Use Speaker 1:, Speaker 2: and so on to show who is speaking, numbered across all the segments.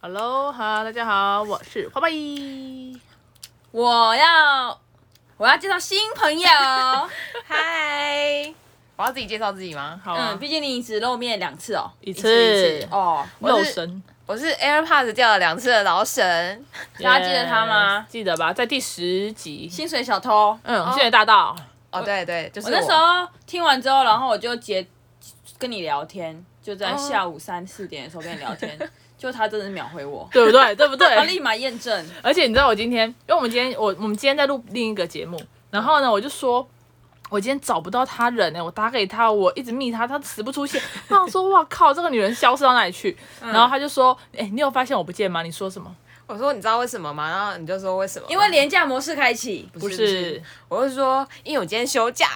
Speaker 1: Hello，哈，大家好，我是花花姨。
Speaker 2: 我要我要介绍新 朋友，嗯
Speaker 3: 嗨，我要自己介绍自己吗？
Speaker 1: 好啊
Speaker 2: 嗯，，毕竟你只露面两次哦，
Speaker 1: 一
Speaker 2: 一
Speaker 1: 次
Speaker 2: 一哦，
Speaker 1: 肉
Speaker 3: 我是
Speaker 1: 身，
Speaker 3: 我是 AirPods 掉了两次的老沈，
Speaker 2: 大家记得他吗
Speaker 1: Yes，记得吧，在第十集，
Speaker 2: 薪水小偷。
Speaker 1: 嗯，谢谢大道。
Speaker 3: 哦，对对，就是
Speaker 2: 我那时候听完之后，然后我就截跟你聊天，就在
Speaker 3: 哦
Speaker 2: 下午三四点的时候跟你聊天，
Speaker 1: 哦
Speaker 2: 就他真的是秒回我，
Speaker 1: 对不对？对不
Speaker 2: 他
Speaker 1: 对？
Speaker 2: 立马验证，
Speaker 1: 而且你知道我今天，因为我们今天我我们今天在录另一个节目，然后呢，我就说，我今天找不到他人欸呢、我打给他，我一直密他，他死不出现。我想说，哇靠，这个女人消失到哪里去？然后他就说，哎、你有发现我不见吗？你说什么？
Speaker 3: 我说你知道为什么吗？然后你就说为什么？
Speaker 2: 因为廉价模式开启。
Speaker 1: 不
Speaker 3: 不
Speaker 1: 是
Speaker 3: 是，，我是说因为我今天休假，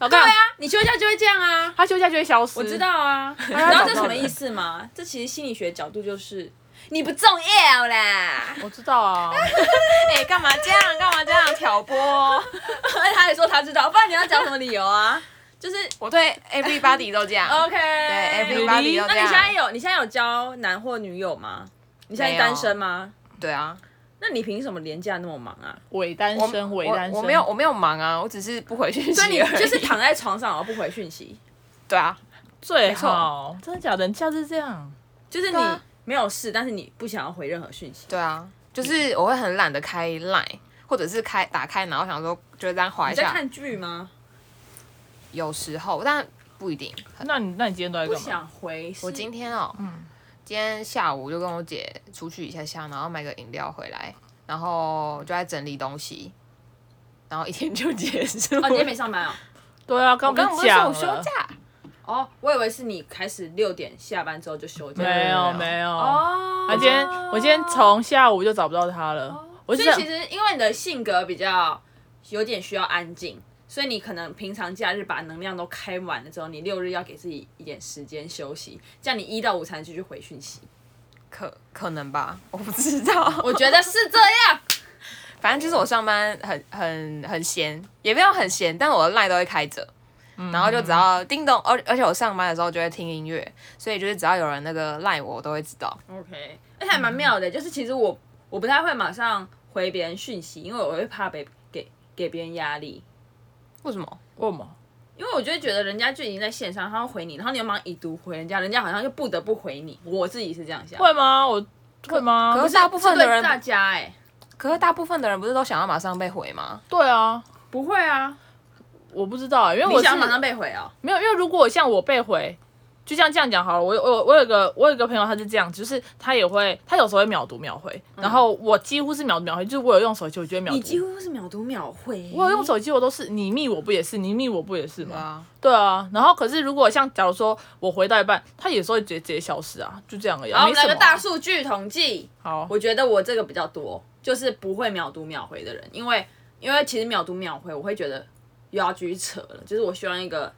Speaker 1: 老
Speaker 2: 对
Speaker 1: 干，
Speaker 2: 啊，你休假就会这样啊，
Speaker 1: 他休假就会消失。
Speaker 2: 我知。道 啊。你
Speaker 1: 呀
Speaker 2: 知道
Speaker 1: 找
Speaker 2: 这什
Speaker 1: 到
Speaker 2: 么
Speaker 1: 了
Speaker 2: 意思吗？这其实心理学角度就是你不重 要啦。
Speaker 1: 我知道啊，
Speaker 3: 哎，干嘛这样？干嘛这样挑拨？
Speaker 2: 而且他还说他知道，不然你要讲什么理由啊？就是
Speaker 3: 我对 everybody 都这 样。
Speaker 2: OK，
Speaker 1: Really？
Speaker 3: 对，everybody 都
Speaker 2: 那你
Speaker 3: 这
Speaker 2: 现在
Speaker 3: 样。
Speaker 2: 有你现在有交男或女友吗？你现在单身吗？
Speaker 3: 对啊，
Speaker 2: 那你凭什么廉价那么忙啊？
Speaker 1: 伪单
Speaker 3: 我
Speaker 1: 身，伪
Speaker 3: 我
Speaker 1: 单身。
Speaker 3: 我没有我没有忙啊，我只是不回讯息
Speaker 2: 所
Speaker 3: 而
Speaker 2: 以
Speaker 3: 已。
Speaker 2: 你就是躺 在床上然后不回讯息，
Speaker 3: 对啊，
Speaker 1: 最
Speaker 3: 没错
Speaker 1: 好，真的假的？人家是这样，
Speaker 2: 就是
Speaker 3: 对
Speaker 2: 你
Speaker 3: 啊
Speaker 2: 没有事，但是你不想要回任何讯息。
Speaker 3: 对啊，就是我会很懒得开 Line，或者是开打开，然后想说就这样滑
Speaker 2: 你
Speaker 3: 一
Speaker 2: 在
Speaker 3: 下。
Speaker 2: 看剧吗？
Speaker 3: 有时候，但不一定。
Speaker 1: 呃那你那你今天都在
Speaker 2: 不
Speaker 1: 干嘛？
Speaker 2: 想回是。
Speaker 3: 我今天哦，今天下午就跟我姐出去一下下，然后买个饮料回来，然后就在整理东西，然后一天就结束。
Speaker 2: 哦，你今天没上班哦。
Speaker 1: 对啊，
Speaker 3: 我
Speaker 1: 刚
Speaker 3: 刚
Speaker 1: 不
Speaker 3: 不
Speaker 1: 是
Speaker 3: 是说
Speaker 1: 讲
Speaker 3: 我休
Speaker 1: 了？
Speaker 3: 假？
Speaker 2: 哦，我以为是你开始六点下班之后就休假。
Speaker 1: 没有没
Speaker 3: 没
Speaker 1: 有。
Speaker 2: 哦。
Speaker 1: 我今天我今天从下午就找不到他了，我
Speaker 2: 所
Speaker 1: 是
Speaker 2: 以其实因为你的性格比较有点需要安静，所以你可能平常假日把能量都开满了之后，你六日要给自己一点时间休息，这样你一到五才能继续回讯息。
Speaker 3: 可可能吧，我不知道。
Speaker 2: 我觉得是这样，
Speaker 3: 反正就是我上班很很很闲，也没有很闲，但我的 line 都会开着，然后就只要叮咚，而而且我上班的时候就会听音乐，所以就是只要有人那个 line 我，我都会知道。
Speaker 2: OK，而且还蛮妙的，就是其实我我不太会马上回别人讯息，因为我会怕被给给别人压力。
Speaker 3: 为什么？
Speaker 1: 为什么？
Speaker 2: 因为我就会觉得人家就已经在线上，他会回你，然后你又忙已读回人家，人家好像又不得不回你。我自己是这样想，
Speaker 1: 会吗？我会
Speaker 3: 可
Speaker 1: 吗？
Speaker 3: 是大部分的
Speaker 2: 是对
Speaker 3: 人，
Speaker 2: 大家哎、
Speaker 3: 可是大部分的人不是都想要马上被回吗？
Speaker 1: 对啊，
Speaker 2: 不会啊，
Speaker 1: 我不知道，欸因为
Speaker 2: 你
Speaker 1: 我是
Speaker 2: 想马上被回哦、
Speaker 1: 没有，因为如果像我被回，就像这样讲好了。我有我有我有一个我有一个朋友，他是这样，就是他也会，他有时候会秒读秒回，然后我几乎是秒读秒回，就是我有用手机，我就会秒
Speaker 2: 嗯你几
Speaker 1: 读。
Speaker 2: 乎是秒读秒回。
Speaker 1: 我有用手机，我都是你密我不也是，你密我不也是
Speaker 3: 对
Speaker 1: 吗？
Speaker 3: 啊，
Speaker 1: 对啊，然后可是如果像假如说我回到一半，他有时候会直接直接消失啊，就这样而已啊，
Speaker 2: 好，我
Speaker 1: 没
Speaker 2: 们
Speaker 1: 什
Speaker 2: 来
Speaker 1: 么
Speaker 2: 个
Speaker 1: 啊。
Speaker 2: 大数据统计。
Speaker 1: 好，
Speaker 2: 我觉得我这个比较多，就是不会秒读秒回的人，因为因为其实秒读秒回，我会觉得又要继续扯了，就是我希望一个。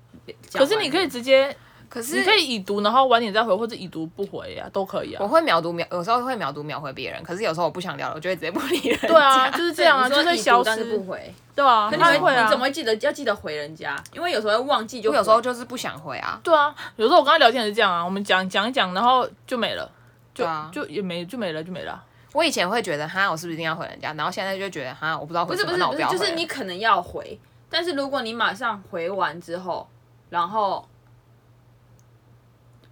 Speaker 1: 可是你可以直接，
Speaker 3: 可是
Speaker 1: 你可以已读，然后晚点再回，或者已读不回啊，都可以
Speaker 3: 我
Speaker 1: 啊。
Speaker 3: 会秒读秒，有时候会秒读秒回别人，可是有时候我不想聊了，我就会直接不理人家。
Speaker 1: 对啊，就是这
Speaker 2: 这
Speaker 1: 样啊，就是
Speaker 2: 是
Speaker 1: 会消
Speaker 2: 但是不
Speaker 1: 失。
Speaker 2: 回。
Speaker 1: 对啊，
Speaker 2: 可你
Speaker 1: 他
Speaker 2: 会、
Speaker 1: 会啊
Speaker 2: 你。怎么会记得要记得回人家？因为有时候会忘记就
Speaker 3: 我
Speaker 2: 回
Speaker 3: 有时候就是不想回啊。
Speaker 1: 对啊，有时候我跟他聊天也是这样啊，我们讲讲一讲，然后就没了，就、
Speaker 3: 对啊
Speaker 1: 就也没就没了就没了。
Speaker 3: 我以前会觉得哈，我是不是一定要回人家？然后现在就觉得哈，我不知道
Speaker 2: 不
Speaker 3: 回
Speaker 2: 是
Speaker 3: 什
Speaker 2: 不
Speaker 3: 么，
Speaker 2: 是
Speaker 3: 那我
Speaker 2: 不是
Speaker 3: 要，回
Speaker 2: 就
Speaker 3: 了。
Speaker 2: 是你可能要回，但是如果你马上回完之后，然后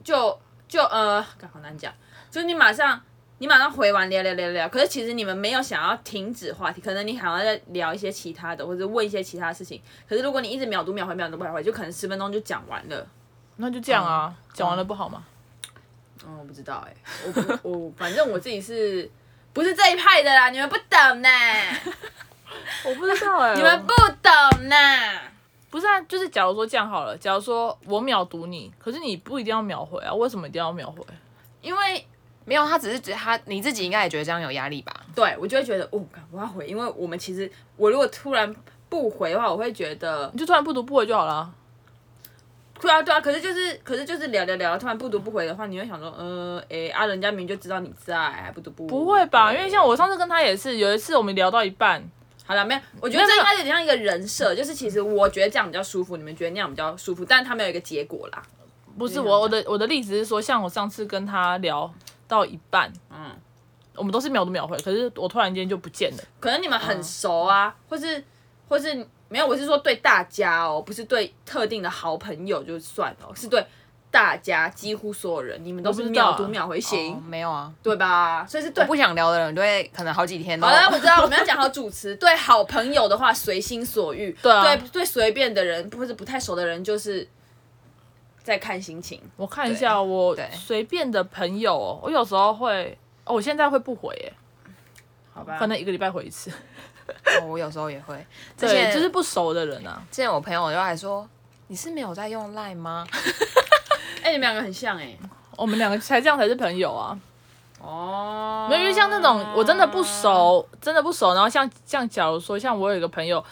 Speaker 2: 就就呃，干好难讲，就是你马上你马上回完聊聊聊聊，可是其实你们没有想要停止话题，可能你想要再聊一些其他的，或者问一些其他事情。可是如果你一直秒读秒回秒读秒回，就可能十分钟就讲完了。
Speaker 1: 那就这样啊，讲、完了不好吗？
Speaker 2: 嗯，我不知道哎、我不我反正我自己是不是这一派的啦？你们不懂 呢、
Speaker 1: 我不知 道哎、
Speaker 2: 你们不欸懂呢、
Speaker 1: 不是啊，就是假如说这样好了，假如说我秒读你，可是你不一定要秒回啊，为什么一定要秒回？
Speaker 2: 因为
Speaker 3: 没有，他只是觉得他你自己应该也觉得这样有压力吧？
Speaker 2: 对我就会觉得，哦，干我要回，因为我们其实我如果突然不回的话，我会觉得，
Speaker 1: 你就突然不读不回就好了。啊
Speaker 2: 对啊对啊，可是就是可是就是聊聊聊，突然不读不回的话，你会想说，呃，诶，啊，人家明明就知道你在，还不读不
Speaker 1: 不会吧？因为像
Speaker 2: 我
Speaker 1: 我上次跟他也是，有一次我们聊到一半，
Speaker 2: 好了没有，我觉得这应该有点像一个人设，就是其实我觉得这样比较舒服，你们觉得那样比较舒服，但是他没有一个结果啦，
Speaker 3: 啊
Speaker 1: 不是我我的我的例子是说，像我上次跟他聊到一半，
Speaker 2: 嗯，
Speaker 1: 我们都是秒读秒回，可是我突然间就不见了。
Speaker 2: 可能你们
Speaker 1: 哦
Speaker 2: 很熟啊，或是或是没有，我是说对大家哦，不是对特定的好朋友就算了，是对大家几乎所有人，你们都是
Speaker 1: 我不知道
Speaker 2: 秒读秒回型，
Speaker 3: 哦没有啊，
Speaker 2: 对吧？所以是对
Speaker 3: 我。不想聊的人，就会可能好几天都
Speaker 2: 好了，我知道我们要讲好主持。对好朋友的话，随心所欲；
Speaker 1: 对啊
Speaker 2: 对对随便的人或者不太熟的人，就是在看心情。
Speaker 1: 我看一下，我
Speaker 3: 对
Speaker 1: 随便的朋友哦，我有时候会，哦我现在会不回耶，
Speaker 2: 好吧
Speaker 3: 啊
Speaker 1: 可能一个礼拜回一次。
Speaker 3: 哦我有时候也会。之
Speaker 1: 对，
Speaker 3: 前
Speaker 1: 就是不熟的人啊，
Speaker 3: 之前我朋友就还说。你是没有在用 Line 吗？
Speaker 2: 哎、你们两个很像哎、
Speaker 1: 我们两个才这样才是朋友啊。
Speaker 2: 哦，
Speaker 1: 没有，因为像那种我真的不熟，真的不熟。然后像像假如说，像我有一个朋友，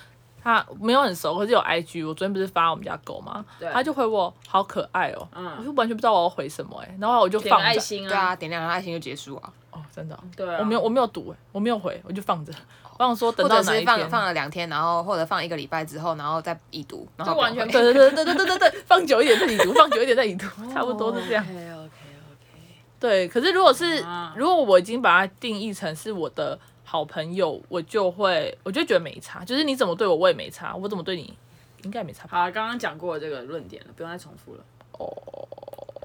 Speaker 1: 他没有很熟，可是有 IG。我昨天不是发我们家狗吗？
Speaker 2: 对
Speaker 1: 他就回我好可爱哦、
Speaker 2: 嗯
Speaker 1: 我就完全不知道我要回什么哎、然后我就
Speaker 2: 点
Speaker 1: 放
Speaker 2: 个爱
Speaker 1: 着。
Speaker 2: 心
Speaker 3: 对啊，点两个爱心就结束啊，
Speaker 1: 哦，真的哦、
Speaker 2: 对啊，
Speaker 1: 我没有我没有读哎、我没有回，我就放着。我想说等
Speaker 3: 或
Speaker 1: 到
Speaker 3: 者
Speaker 1: 哪
Speaker 3: 是
Speaker 1: 一
Speaker 3: 放
Speaker 1: 天。
Speaker 3: 放了两天，然后或者放一个礼拜之后，然后再已读，然后
Speaker 2: 就完全
Speaker 3: 不
Speaker 1: 对对对对对对对对，放久一点再已读，放久一点再已读，
Speaker 2: 哦
Speaker 1: 差不多是这样。
Speaker 2: OK OK OK。
Speaker 1: 对，可是如果是、
Speaker 2: 啊
Speaker 1: 如果我已经把它定义成是我的好朋友，我就会我就觉得没差，就是你怎么对我，我也没差，我怎么对你，应该也没差吧？
Speaker 2: 好，刚刚讲过这个论点了，不用再重复了。哦，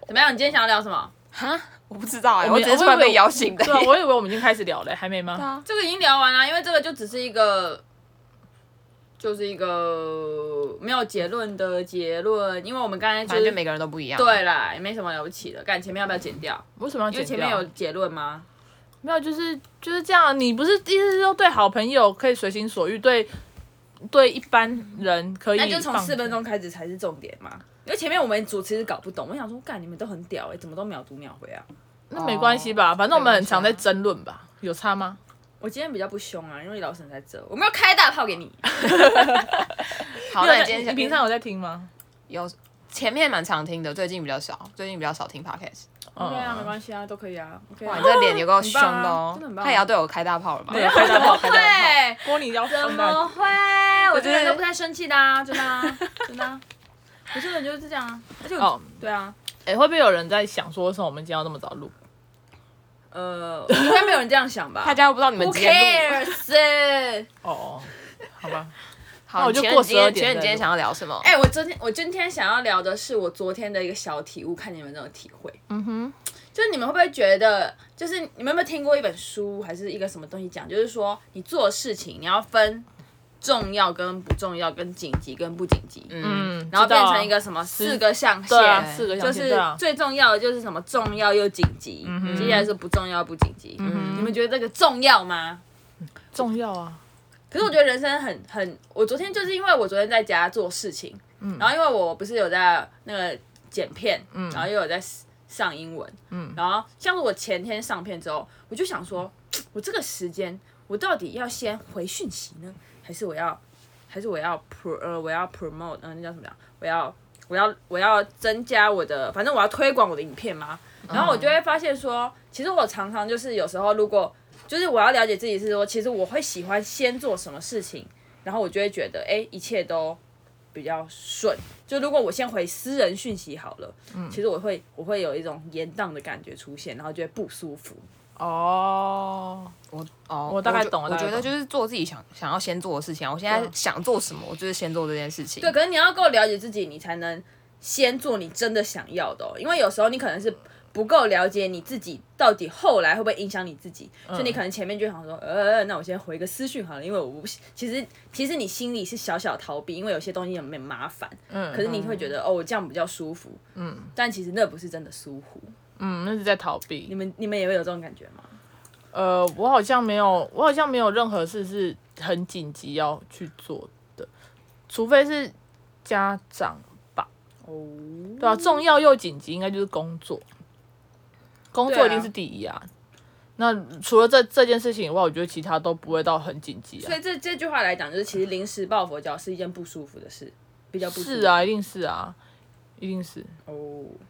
Speaker 2: 怎么样？你今天想要聊什么？
Speaker 3: 哈，我不知道哎、
Speaker 1: 我
Speaker 3: 我
Speaker 1: 们
Speaker 3: 只是突然被摇醒的。
Speaker 1: 对啊，我以为我们已经开始聊了、还没吗？
Speaker 3: 啊，
Speaker 2: 这个已经聊完了，因为这个就只是一个，就是一个没有结论的结论，因为我们刚才
Speaker 3: 反
Speaker 2: 就
Speaker 3: 正
Speaker 2: 是
Speaker 3: 就每个人都不一样。
Speaker 2: 对啦，也没什么了不起的。干前面要不要剪掉？
Speaker 1: 为什么要
Speaker 2: 因为
Speaker 1: 剪
Speaker 2: 前面
Speaker 1: 掉
Speaker 2: 有结论吗？
Speaker 1: 没有，就是就是这样。啊你不是意思是说对好朋友可以随心所欲，对对一般人可以
Speaker 2: 那
Speaker 1: 放，
Speaker 2: 就从四分钟开始才是重点嘛。因为前面我们主持人搞不懂，我想说，干你们都很屌哎、怎么都秒读秒回啊？
Speaker 1: 那没关系
Speaker 2: 哦
Speaker 1: 吧？反正我
Speaker 2: 啊
Speaker 1: 们很常在争论吧，有差吗？
Speaker 2: 我今天比较不凶啊，因为老沈在这，我没有开大炮给你。
Speaker 3: 好，
Speaker 1: 没有
Speaker 3: 那你
Speaker 1: 在
Speaker 3: 今
Speaker 1: 你
Speaker 3: 天
Speaker 1: 你平常有在听吗？
Speaker 3: 有前面蛮常听的，最近比较少，最近比较少听 podcast。
Speaker 2: 对啊，没
Speaker 1: 系。
Speaker 2: 关系啊，都可以啊。OK
Speaker 3: 哇，
Speaker 2: 啊
Speaker 3: 你这脸有够凶
Speaker 2: 很棒
Speaker 3: 的
Speaker 2: 啊
Speaker 3: 哦
Speaker 2: 真的很！棒啊
Speaker 3: 他也要对我开大炮了吧？
Speaker 1: 对，开大 炮，开大炮。
Speaker 2: 哦对，
Speaker 1: 锅你要
Speaker 2: 怎
Speaker 1: 放大
Speaker 2: 么会？啊我这个人都不太生气的啊，真的啊，真的啊。我这个人就是这样啊，而且我
Speaker 1: 哦，
Speaker 2: 对啊，
Speaker 1: 哎、会不会有人在想说，为什么我们今天要那么早录？
Speaker 2: 呃， 应该没有人这样想吧？
Speaker 3: 大家又不知道你们
Speaker 2: Who
Speaker 3: 几点录。
Speaker 2: cares？
Speaker 1: 哦，好吧，那
Speaker 3: 好，
Speaker 1: 我就
Speaker 3: 请问
Speaker 1: 过
Speaker 3: 你今天
Speaker 1: 12点
Speaker 3: 请问
Speaker 1: 再
Speaker 3: 你今天
Speaker 1: 录
Speaker 3: 想要聊什么？
Speaker 2: 哎，我昨天我今天想要聊的是我昨天的一个小体悟，看你们有没有体会。
Speaker 1: 嗯哼，
Speaker 2: 就是你们会不会觉得，就是你们有没有听过一本书还是一个什么东西讲，就是说你做事情你要分重要跟不重要，跟紧急跟不紧急，
Speaker 3: 嗯，
Speaker 1: 嗯，
Speaker 2: 然后
Speaker 1: 知道
Speaker 2: 变
Speaker 1: 啊
Speaker 2: 成一个什么四个象限
Speaker 1: 对啊，
Speaker 3: 线
Speaker 1: 四个
Speaker 2: 就
Speaker 1: 小时
Speaker 2: 是最重要的就是什么重要又紧急，
Speaker 1: 哼嗯
Speaker 2: 接下来是不重要不紧急。
Speaker 1: 哼
Speaker 2: 你们觉得这个重要吗？
Speaker 1: 重要啊，
Speaker 2: 可是我觉得人生很很，我昨天就是因为我昨天在家做事情，然后因为我不是有在那个剪片，然后又有在 s- 上英文，然后像是我前天上片之后，我就想说，我这个时间我到底要先回讯息呢，还是我要，还是我要 pro 呃我要 promote 呃那叫什么呀？我要我要我要增加我的，反正我要推广我的影片嘛。然后我就会发现说，其实我常常就是有时候如果就是我要了解自己是说，其实我会喜欢先做什么事情，然后我就会觉得，哎、一切都比较顺。就如果我先回私人讯息好了，其实我会我会有一种延宕的感觉出现，然后就会不舒服。
Speaker 1: 哦，
Speaker 3: 我哦，
Speaker 1: 我大概
Speaker 3: 觉
Speaker 1: 懂我
Speaker 3: 我
Speaker 1: 大概
Speaker 3: 觉
Speaker 1: 懂
Speaker 3: 得就是做自己想想要先做的事情啊。我现
Speaker 2: 对
Speaker 3: 在
Speaker 2: 啊
Speaker 3: 想做什么，我就是先做这件事情。
Speaker 2: 对，可是你要够了解自己，你才能先做你真的想要的、哦。因为有时候你可能是不够了解你自己，到底后来会不会影响你自己，所以你可能前面就想说，呃，那我先回个私讯好了，因为我不其实其实你心里是小小逃避，因为有些东西有点麻烦，
Speaker 1: 嗯，
Speaker 2: 可是你会觉得、哦，我这样比较舒服，嗯，但其实那不是真的舒服。
Speaker 1: 嗯，那是在逃
Speaker 2: 你
Speaker 1: 避。
Speaker 2: 们你们也会有这种感觉吗？
Speaker 1: 呃，我好像没有，我好像没有任何事是很紧急要去做的，除非是家长吧，
Speaker 2: 哦，
Speaker 1: 对啊，重要又紧急应该就是工作，工
Speaker 2: 对
Speaker 1: 作
Speaker 2: 啊
Speaker 1: 一定是第一啊。那除了这这件事情以外，我觉得其他都不会到很紧急啊。
Speaker 2: 所以这这句话来讲，就是其实临时抱佛脚是一件不舒服的事，比较不舒服
Speaker 1: 是啊，一定是啊，一定是。
Speaker 2: 哦。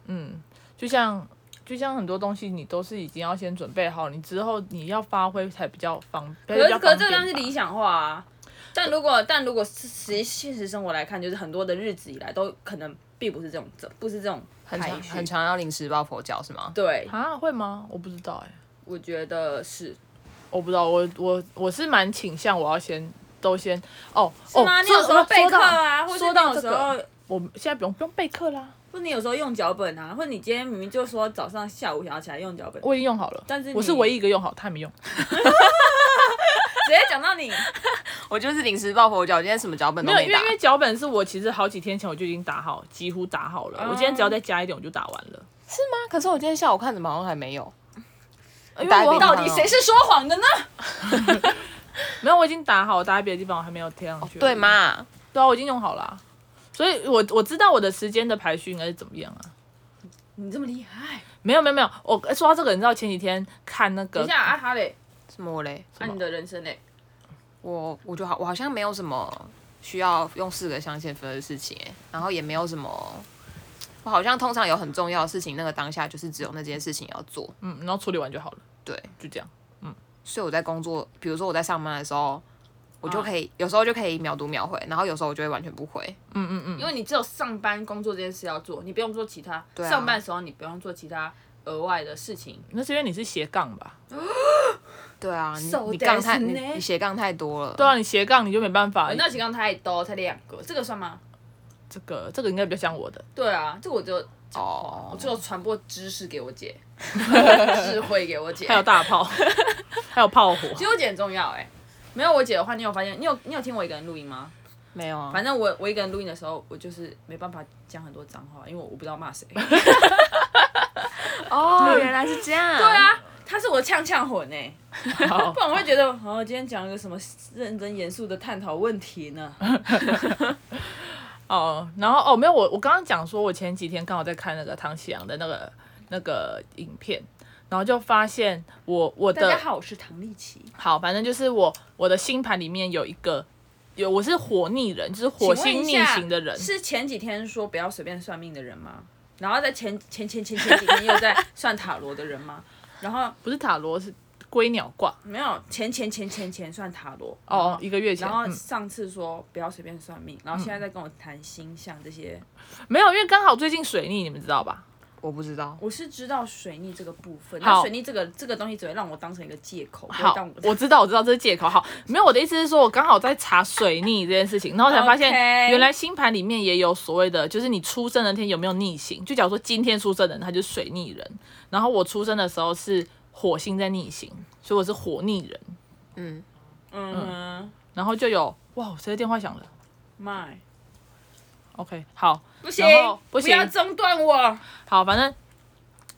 Speaker 1: 嗯，就像就像很多东西，你都是已经要先准备好，你之后你要发挥才比较方便。
Speaker 2: 可
Speaker 1: 比较
Speaker 2: 是可
Speaker 1: 方
Speaker 2: 是这
Speaker 1: 便
Speaker 2: 当然是
Speaker 1: 吧
Speaker 2: 理想化啊。但如果但如果是实现实生活来看，就是很多的日子以来都可能并不是这种，不是这种
Speaker 3: 哎很
Speaker 2: 排
Speaker 3: 常
Speaker 2: 序。
Speaker 3: 很常要临时抱佛脚是吗？
Speaker 2: 对，
Speaker 1: 啊，会吗？我不知道哎、
Speaker 2: 我觉得是。
Speaker 1: 我不知道，我我我是蛮倾向我要先都先哦哦，
Speaker 2: 吗？你
Speaker 1: 说
Speaker 2: 有时候
Speaker 1: 说
Speaker 2: 备课
Speaker 1: 到
Speaker 2: 啊，或者
Speaker 1: 说
Speaker 2: 你
Speaker 1: 到
Speaker 2: 有
Speaker 1: 这
Speaker 2: 时
Speaker 1: 个，
Speaker 2: 候，
Speaker 1: 我们现在不用不用备课啦，
Speaker 2: 或者你有时候用脚本啊，或者你今天明明就说早上、下午想要起来用脚本，
Speaker 1: 我已经用好了，
Speaker 2: 但是
Speaker 1: 我是
Speaker 2: 你
Speaker 1: 唯一一个用好，他还没用。
Speaker 2: 直接讲到你，
Speaker 3: 我就是临时抱佛脚，我今天什么脚本
Speaker 1: 没
Speaker 3: 都
Speaker 1: 有，因为
Speaker 3: 打
Speaker 1: 因。为脚本是我其实好几天前我就已经打好，几乎打好
Speaker 2: 哦
Speaker 1: 了。我今天只要再加一点，我就打完了。
Speaker 3: 是吗？可是我今天下午看怎么好像还没有。
Speaker 1: 因
Speaker 3: 打
Speaker 1: 为我
Speaker 3: 比方
Speaker 2: 哎到
Speaker 1: 到
Speaker 2: 底
Speaker 1: 底
Speaker 2: 谁是说谎的呢？
Speaker 1: 没有，我已经打好，打在别的地方我还没有贴上去。
Speaker 3: 对？嘛？
Speaker 1: 对啊，我已经用好了啊、所以我我知道我的时间的排序应该是怎么样啊？
Speaker 2: 你这么厉害，
Speaker 1: 没有没有没有，我说到这个，你知道前几天看那
Speaker 2: 等
Speaker 1: 个
Speaker 2: 一下啊哈嘞，
Speaker 3: 什么嘞？
Speaker 2: 啊你的人生嘞，
Speaker 3: 我我就好，我好像没有什么需要用四个象限分的事情、欸，然后也没有什么。我好像通常有很重要的事情，那个当下就是只有那件事情要做。
Speaker 1: 嗯，然后处理完就好了，
Speaker 3: 对，
Speaker 1: 就这样。
Speaker 3: 所以我在工作，比如说我在上班的时候，我就可以、有时候就可以秒读秒回，然后有时候我就会完全不回。
Speaker 1: 嗯嗯嗯，
Speaker 2: 因为你只有上班工作这件事要做，你不用做其他。
Speaker 3: 对啊
Speaker 2: 上班的时候你不用做其他额外的事情。
Speaker 1: 那是因为你是斜杠吧？
Speaker 3: 对啊，你
Speaker 2: So
Speaker 3: 你杠
Speaker 2: that's
Speaker 3: 太你
Speaker 2: ne-
Speaker 3: 你斜杠太多了。
Speaker 1: 对啊，你斜杠你就没办法
Speaker 2: 我。哦哎那几刚太多，才两个，这个算吗？
Speaker 1: 这个这个应该比较像我 的，
Speaker 2: 对啊，这个我就我
Speaker 3: 哦，
Speaker 2: 只有传播知识给我姐，智慧给我姐，
Speaker 1: 还有大炮， 还有炮 火。
Speaker 2: 其实我姐很重要哎、没有我姐的话，你有发现？你有你有听我一个人录音吗？
Speaker 3: 没有啊，
Speaker 2: 反正我我一个人录音的时候，我就是没办法讲很多脏话，因为我不知道骂谁。
Speaker 3: 哦，原来是这样。对
Speaker 2: 对，啊，她是我的呛呛魂哎、
Speaker 1: 好
Speaker 2: 不然我会觉得，哦，今天讲一个什么认真严肃的探讨问题呢？
Speaker 1: 哦，然后哦，没有我，我刚刚讲说，我前几天刚好在看那个唐启阳的那个那个影片，然后就发现我我
Speaker 2: 大
Speaker 1: 的
Speaker 2: 家好，我是唐丽琪。
Speaker 1: 好，反正就是我我的星盘里面有一个有我是火逆人，就是火
Speaker 2: 请
Speaker 1: 星
Speaker 2: 问一
Speaker 1: 逆
Speaker 2: 下
Speaker 1: 行的人，
Speaker 2: 是前几天说不要随便算命的人吗？然后在前前前前前几天又在算塔罗的人吗？ 然后
Speaker 1: 不是塔罗是龟鸟卦
Speaker 2: 没有前前前前前算塔罗
Speaker 1: 哦，一个月前，
Speaker 2: 然后
Speaker 1: 嗯
Speaker 2: 上次说不要随便算命，然后现在在跟我谈星象这些，
Speaker 1: 没有，因为刚好最近水逆，你们知道吧？
Speaker 3: 我不知道。
Speaker 2: 我是知道水逆这个部分，
Speaker 1: 好
Speaker 2: 但水逆这个这个东西只会让我当成一个借口，不会
Speaker 1: 好
Speaker 2: 当我，
Speaker 1: 我知道，我知道这是借口。好，没有我的意思是说，我刚好在查水逆这件事情，然后才发现
Speaker 2: OK
Speaker 1: 原来星盘里面也有所谓的，就是你出生那天有没有逆行。就假如说今天出生的人，他就是水逆人，然后我出生的时候是火星在逆行，所以我是火逆人。
Speaker 3: 嗯，
Speaker 2: 嗯哼
Speaker 1: 然后就有哇，谁的电话响了
Speaker 2: ，my
Speaker 1: ？OK，好
Speaker 2: 不行
Speaker 1: 然后，不
Speaker 2: 不要
Speaker 1: 行
Speaker 2: 中断我，
Speaker 1: 好，反正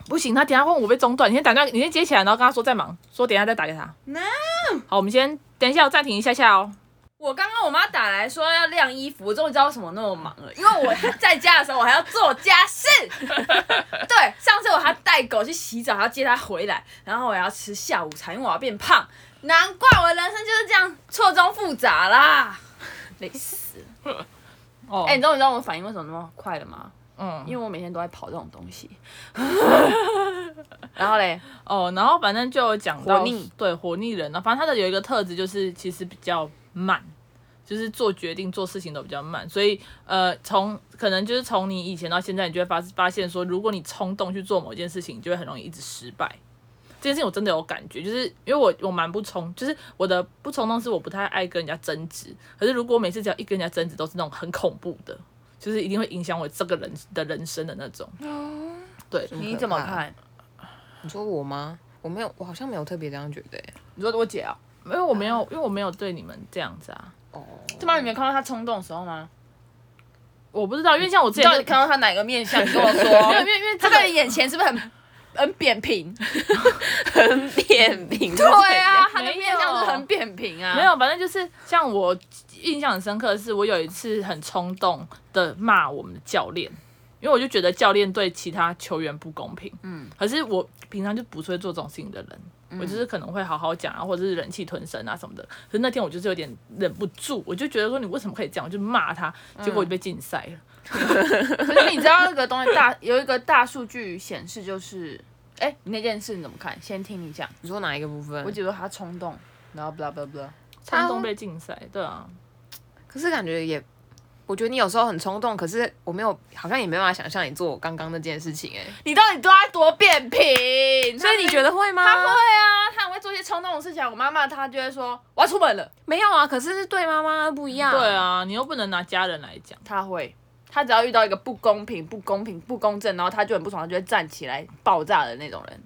Speaker 1: 不行，他等一下问我被中断，你先打断，你先接起来，然后跟他说在忙，说等一下再打给他。
Speaker 2: No
Speaker 1: 好，我们先等一下，我暂停一下下哦。
Speaker 2: 我刚刚我妈打来说要晾衣服，我终于知道为什么那么忙了，因为我在家的时候我还要做家 事。对，上次我还带狗去洗澡，还要接它回来，然后我还要吃下午茶，因为我要变胖。难怪我的人生就是这样错综复杂啦，累死了。
Speaker 1: 哦，
Speaker 2: 哎、你知道你知道我反应为什么那么快了吗？
Speaker 1: 嗯
Speaker 2: 因为我每天都在跑这种东 西。然后嘞，
Speaker 1: 哦，然后反正就有讲到
Speaker 3: 火逆
Speaker 1: 对活腻人呢，反正他的有一个特质就是其实比较慢，就是做决定、做事情都比较慢，所以呃，从可能就是从你以前到现在，你就会发发现说，如果你冲动去做某件事情，你就会很容易一直失败。这件事情我真的有感觉，就是因为我我蛮不冲，就是我的不冲动是我不太爱跟人家争执，可是如果每次只要一跟人家争执，都是那种很恐怖的，就是一定会影响我这个人的人生的那种。对，
Speaker 2: 你怎么看？
Speaker 3: 你说我吗？我没有，我好像没有特别这样觉得、欸。
Speaker 2: 你说我姐啊？
Speaker 1: 因为我没有，因为我没有对你们这样子啊，
Speaker 2: 对吗？你没有看到她冲动的时候吗？
Speaker 1: 我不知道，因为像我之
Speaker 2: 你
Speaker 1: 前
Speaker 2: 到
Speaker 1: 就
Speaker 2: 底看到她哪个面相？你跟我 说。
Speaker 1: 没有，因为因为
Speaker 2: 他
Speaker 1: 这
Speaker 2: 在
Speaker 1: 个
Speaker 2: 你眼前是不是很很扁平？
Speaker 3: 很扁平。对
Speaker 2: 对啊，他的
Speaker 1: 没有
Speaker 2: 面相是很扁平啊。
Speaker 1: 没，有，反正就是像我印象很深刻的是，我有一次很冲动的骂我们的教练，因为我就觉得教练对其他球员不公平。嗯，可是我平常就不是会做这种事情的人。
Speaker 2: 嗯
Speaker 1: 我就是可能会好好讲啊，或者是忍气吞声啊什么的。可是那天我就是有点忍不住，我就觉得说你为什么可以这样，我就骂他，结果我就被禁赛了。
Speaker 2: 嗯可是你知道那个东西大 有一个大数据显示就是，哎、你那件事你怎么看？先听你讲。
Speaker 3: 你说哪一个部分？
Speaker 2: 我觉得他冲动，然后 blah blah blah。
Speaker 1: 冲、
Speaker 3: 他
Speaker 1: 动被禁赛，对啊，
Speaker 3: 可是感觉也，我觉得你有时候很冲动，可是我没有，好像也没办法想象你做我刚刚那件事情、欸，哎，
Speaker 2: 你到底对他多扁平？
Speaker 3: 所以你觉
Speaker 2: 得
Speaker 3: 得会吗？
Speaker 2: 他会啊？冲动的事情，我妈骂她就会说我要出门了，
Speaker 3: 没有啊，可是是对妈妈不一样。
Speaker 1: 对，啊，你又不能拿家人来讲，
Speaker 2: 她会。她只要遇到一个不公平、不公平、不公正，然后她就很不爽，她就会站起来爆炸的那种人。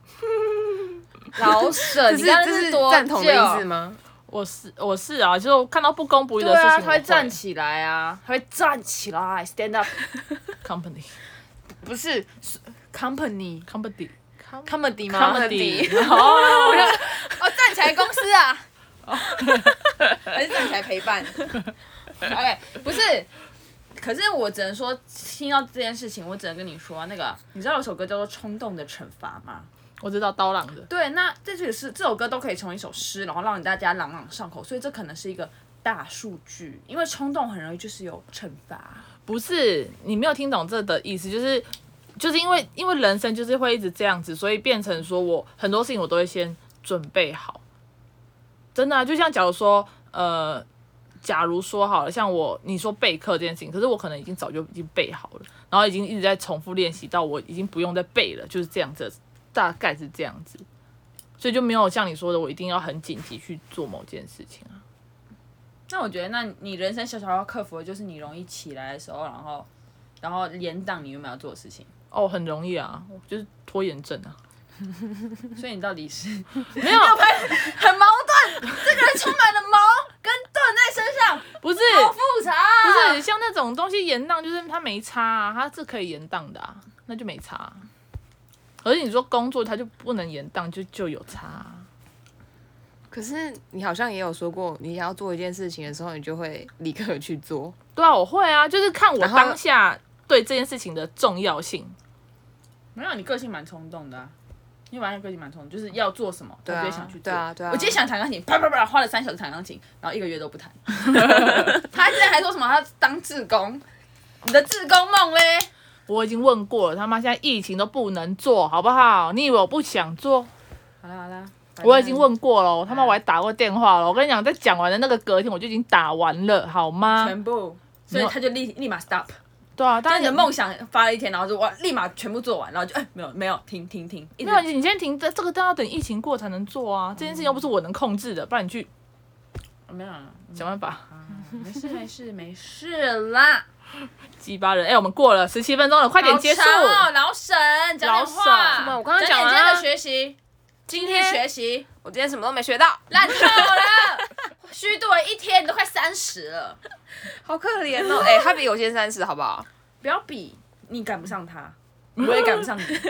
Speaker 2: 老舍，
Speaker 3: 这
Speaker 2: 你
Speaker 3: 是
Speaker 2: 刚刚
Speaker 3: 这是
Speaker 2: 多
Speaker 3: 赞同的意
Speaker 2: 久
Speaker 3: 思吗？
Speaker 1: 我是我是啊，就看到不公不义的
Speaker 2: 对
Speaker 1: 事情，
Speaker 2: 啊，
Speaker 1: 我
Speaker 2: 他会站起来啊，他会站起来，stand up，
Speaker 1: company
Speaker 2: 不是是 company
Speaker 1: company
Speaker 2: comedy 吗
Speaker 1: comedy，
Speaker 2: 哦，站起来公司啊， 还是站起来陪伴？OK，不是，可是我只能说，听到这件事情，我只能跟你说，那个你知道有首歌叫做《冲动的惩罚》吗？
Speaker 1: 我知道刀郎的，
Speaker 2: 对，那这首诗这首歌都可以从一首诗，然后让大家朗朗上口，所以这可能是一个大数据，因为冲动很容易就是有惩罚。
Speaker 1: 不是你没有听懂这的意思，就是就是因为因为人生就是会一直这样子，所以变成说我很多事情我都会先准备好，真的、啊，就像假如说呃。假如说好了，像我你说备课这件事情，可是我可能已经早就已经备好了，然后已经一直在重复练习到我已经不用再背了，就是这样子的，大概是这样子，所以就没有像你说的，我一定要很紧急去做某件事情啊。
Speaker 2: 那我觉得，那你人生小小要克服的就是你容易起来的时候，然后然后延宕你原本要做的事情。
Speaker 1: 哦，很容易啊，我就是拖延症啊。
Speaker 2: 所以你到底 是
Speaker 1: 没有，
Speaker 2: 很矛盾，这个人充满了矛跟盾在身上，
Speaker 1: 不是，
Speaker 2: 好复杂。啊
Speaker 1: 不是像那种东西延宕，就是它没差啊，它是可以延宕的啊，那就没差、啊。而且你说工作，它就不能延宕，就就有差、啊。
Speaker 3: 可是你好像也有说过，你想要做一件事情的时候，你就会立刻去做。
Speaker 1: 对啊，我会啊，就是看我
Speaker 3: 然后
Speaker 1: 当下对这件事情的重要性。
Speaker 2: 没有，你个性蛮冲动的、啊，你晚上个性蛮冲动，就是要做什么，
Speaker 3: 啊
Speaker 2: 特别想去做。
Speaker 3: 对啊对啊
Speaker 2: 我今天想弹钢琴，啪啪啪，花了三小时弹钢琴，然后一个月都不 弹。他之前还说什么他当志工，你的志工梦嘞？
Speaker 1: 我已经问过了，他妈现在疫情都不能做，好不好？你以为我不想做？
Speaker 2: 好啦好啦，
Speaker 1: 我已经问过了，他妈我还打过电话了。我跟你讲，在讲完的那个隔天，我就已经打完了，好吗？
Speaker 2: 全部，所以他就立立马 stop。
Speaker 1: 对啊，当
Speaker 2: 但
Speaker 1: 然
Speaker 2: 你的梦想发了一天，然后就哇，立马全部做完，然后就哎、没有没有停停停，一直
Speaker 1: 没有，你先停，这这个都要等疫情过才能做啊。这件事情又不是我能控制的，不然你去
Speaker 2: 没有，啊嗯
Speaker 1: 想办法。
Speaker 2: 没事没事没 事啦，
Speaker 1: 鸡巴人，哎、我们过了十七分钟了，快
Speaker 2: 快
Speaker 1: 点结束。
Speaker 2: 哦，老沈讲
Speaker 1: 老
Speaker 2: 点
Speaker 1: 沈
Speaker 2: 话
Speaker 1: 什，
Speaker 3: 么我刚刚
Speaker 2: 讲
Speaker 3: 讲
Speaker 2: 点今天
Speaker 3: 完
Speaker 2: 的
Speaker 3: 啊
Speaker 2: 学习，今
Speaker 3: 天
Speaker 2: 学习
Speaker 3: 我今天什么都没学到，
Speaker 2: 烂 透了，虚度了一天，你都快三十了，
Speaker 3: 好可怜哦。 哎、他比有些三十，好不好？
Speaker 2: 不要比，你赶不上他，我也赶不上你，听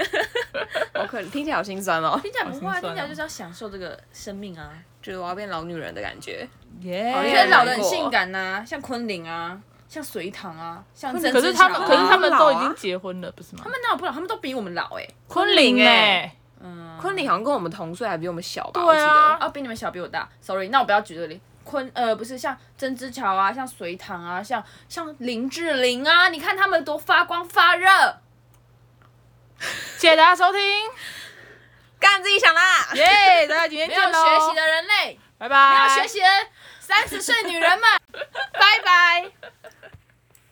Speaker 3: 好可怜，听起来好心酸哦，
Speaker 2: 起来不会啊，
Speaker 1: 好心酸哦
Speaker 2: 听起来就是要享受这个生命啊，
Speaker 3: 觉得我要变老女人的感觉。
Speaker 1: 耶
Speaker 3: 好
Speaker 2: 我
Speaker 3: 因
Speaker 2: 觉
Speaker 3: 为
Speaker 2: 得老的很性感呐、像昆凌啊，像隋唐啊，像曾
Speaker 1: 可
Speaker 2: 志
Speaker 1: 是
Speaker 2: 强
Speaker 1: 他
Speaker 2: 啊
Speaker 1: 们，可是他们都已
Speaker 3: 好老
Speaker 1: 经
Speaker 3: 啊
Speaker 1: 结婚了，不是吗？
Speaker 2: 他们那我不老，他们都比我们老哎、
Speaker 1: 昆凌哎
Speaker 3: 哎，
Speaker 2: 嗯，
Speaker 3: 昆凌好像跟我们同岁，还比我们小吧？
Speaker 1: 对啊
Speaker 3: 我记
Speaker 2: 啊，比你们小，比我大，sorry，那我不要举这里。昆呃不是像曾之乔啊，像隋唐啊，像像林志玲啊，你看他们多发光发热。
Speaker 1: 谢谢大家收听，
Speaker 3: 得干自己想啦。
Speaker 1: 耶、大家今天
Speaker 2: 没有
Speaker 1: 见喽，
Speaker 2: 学习的人类，
Speaker 1: 拜
Speaker 2: 没有
Speaker 1: 拜，
Speaker 2: 学习的三十岁女人们，拜拜。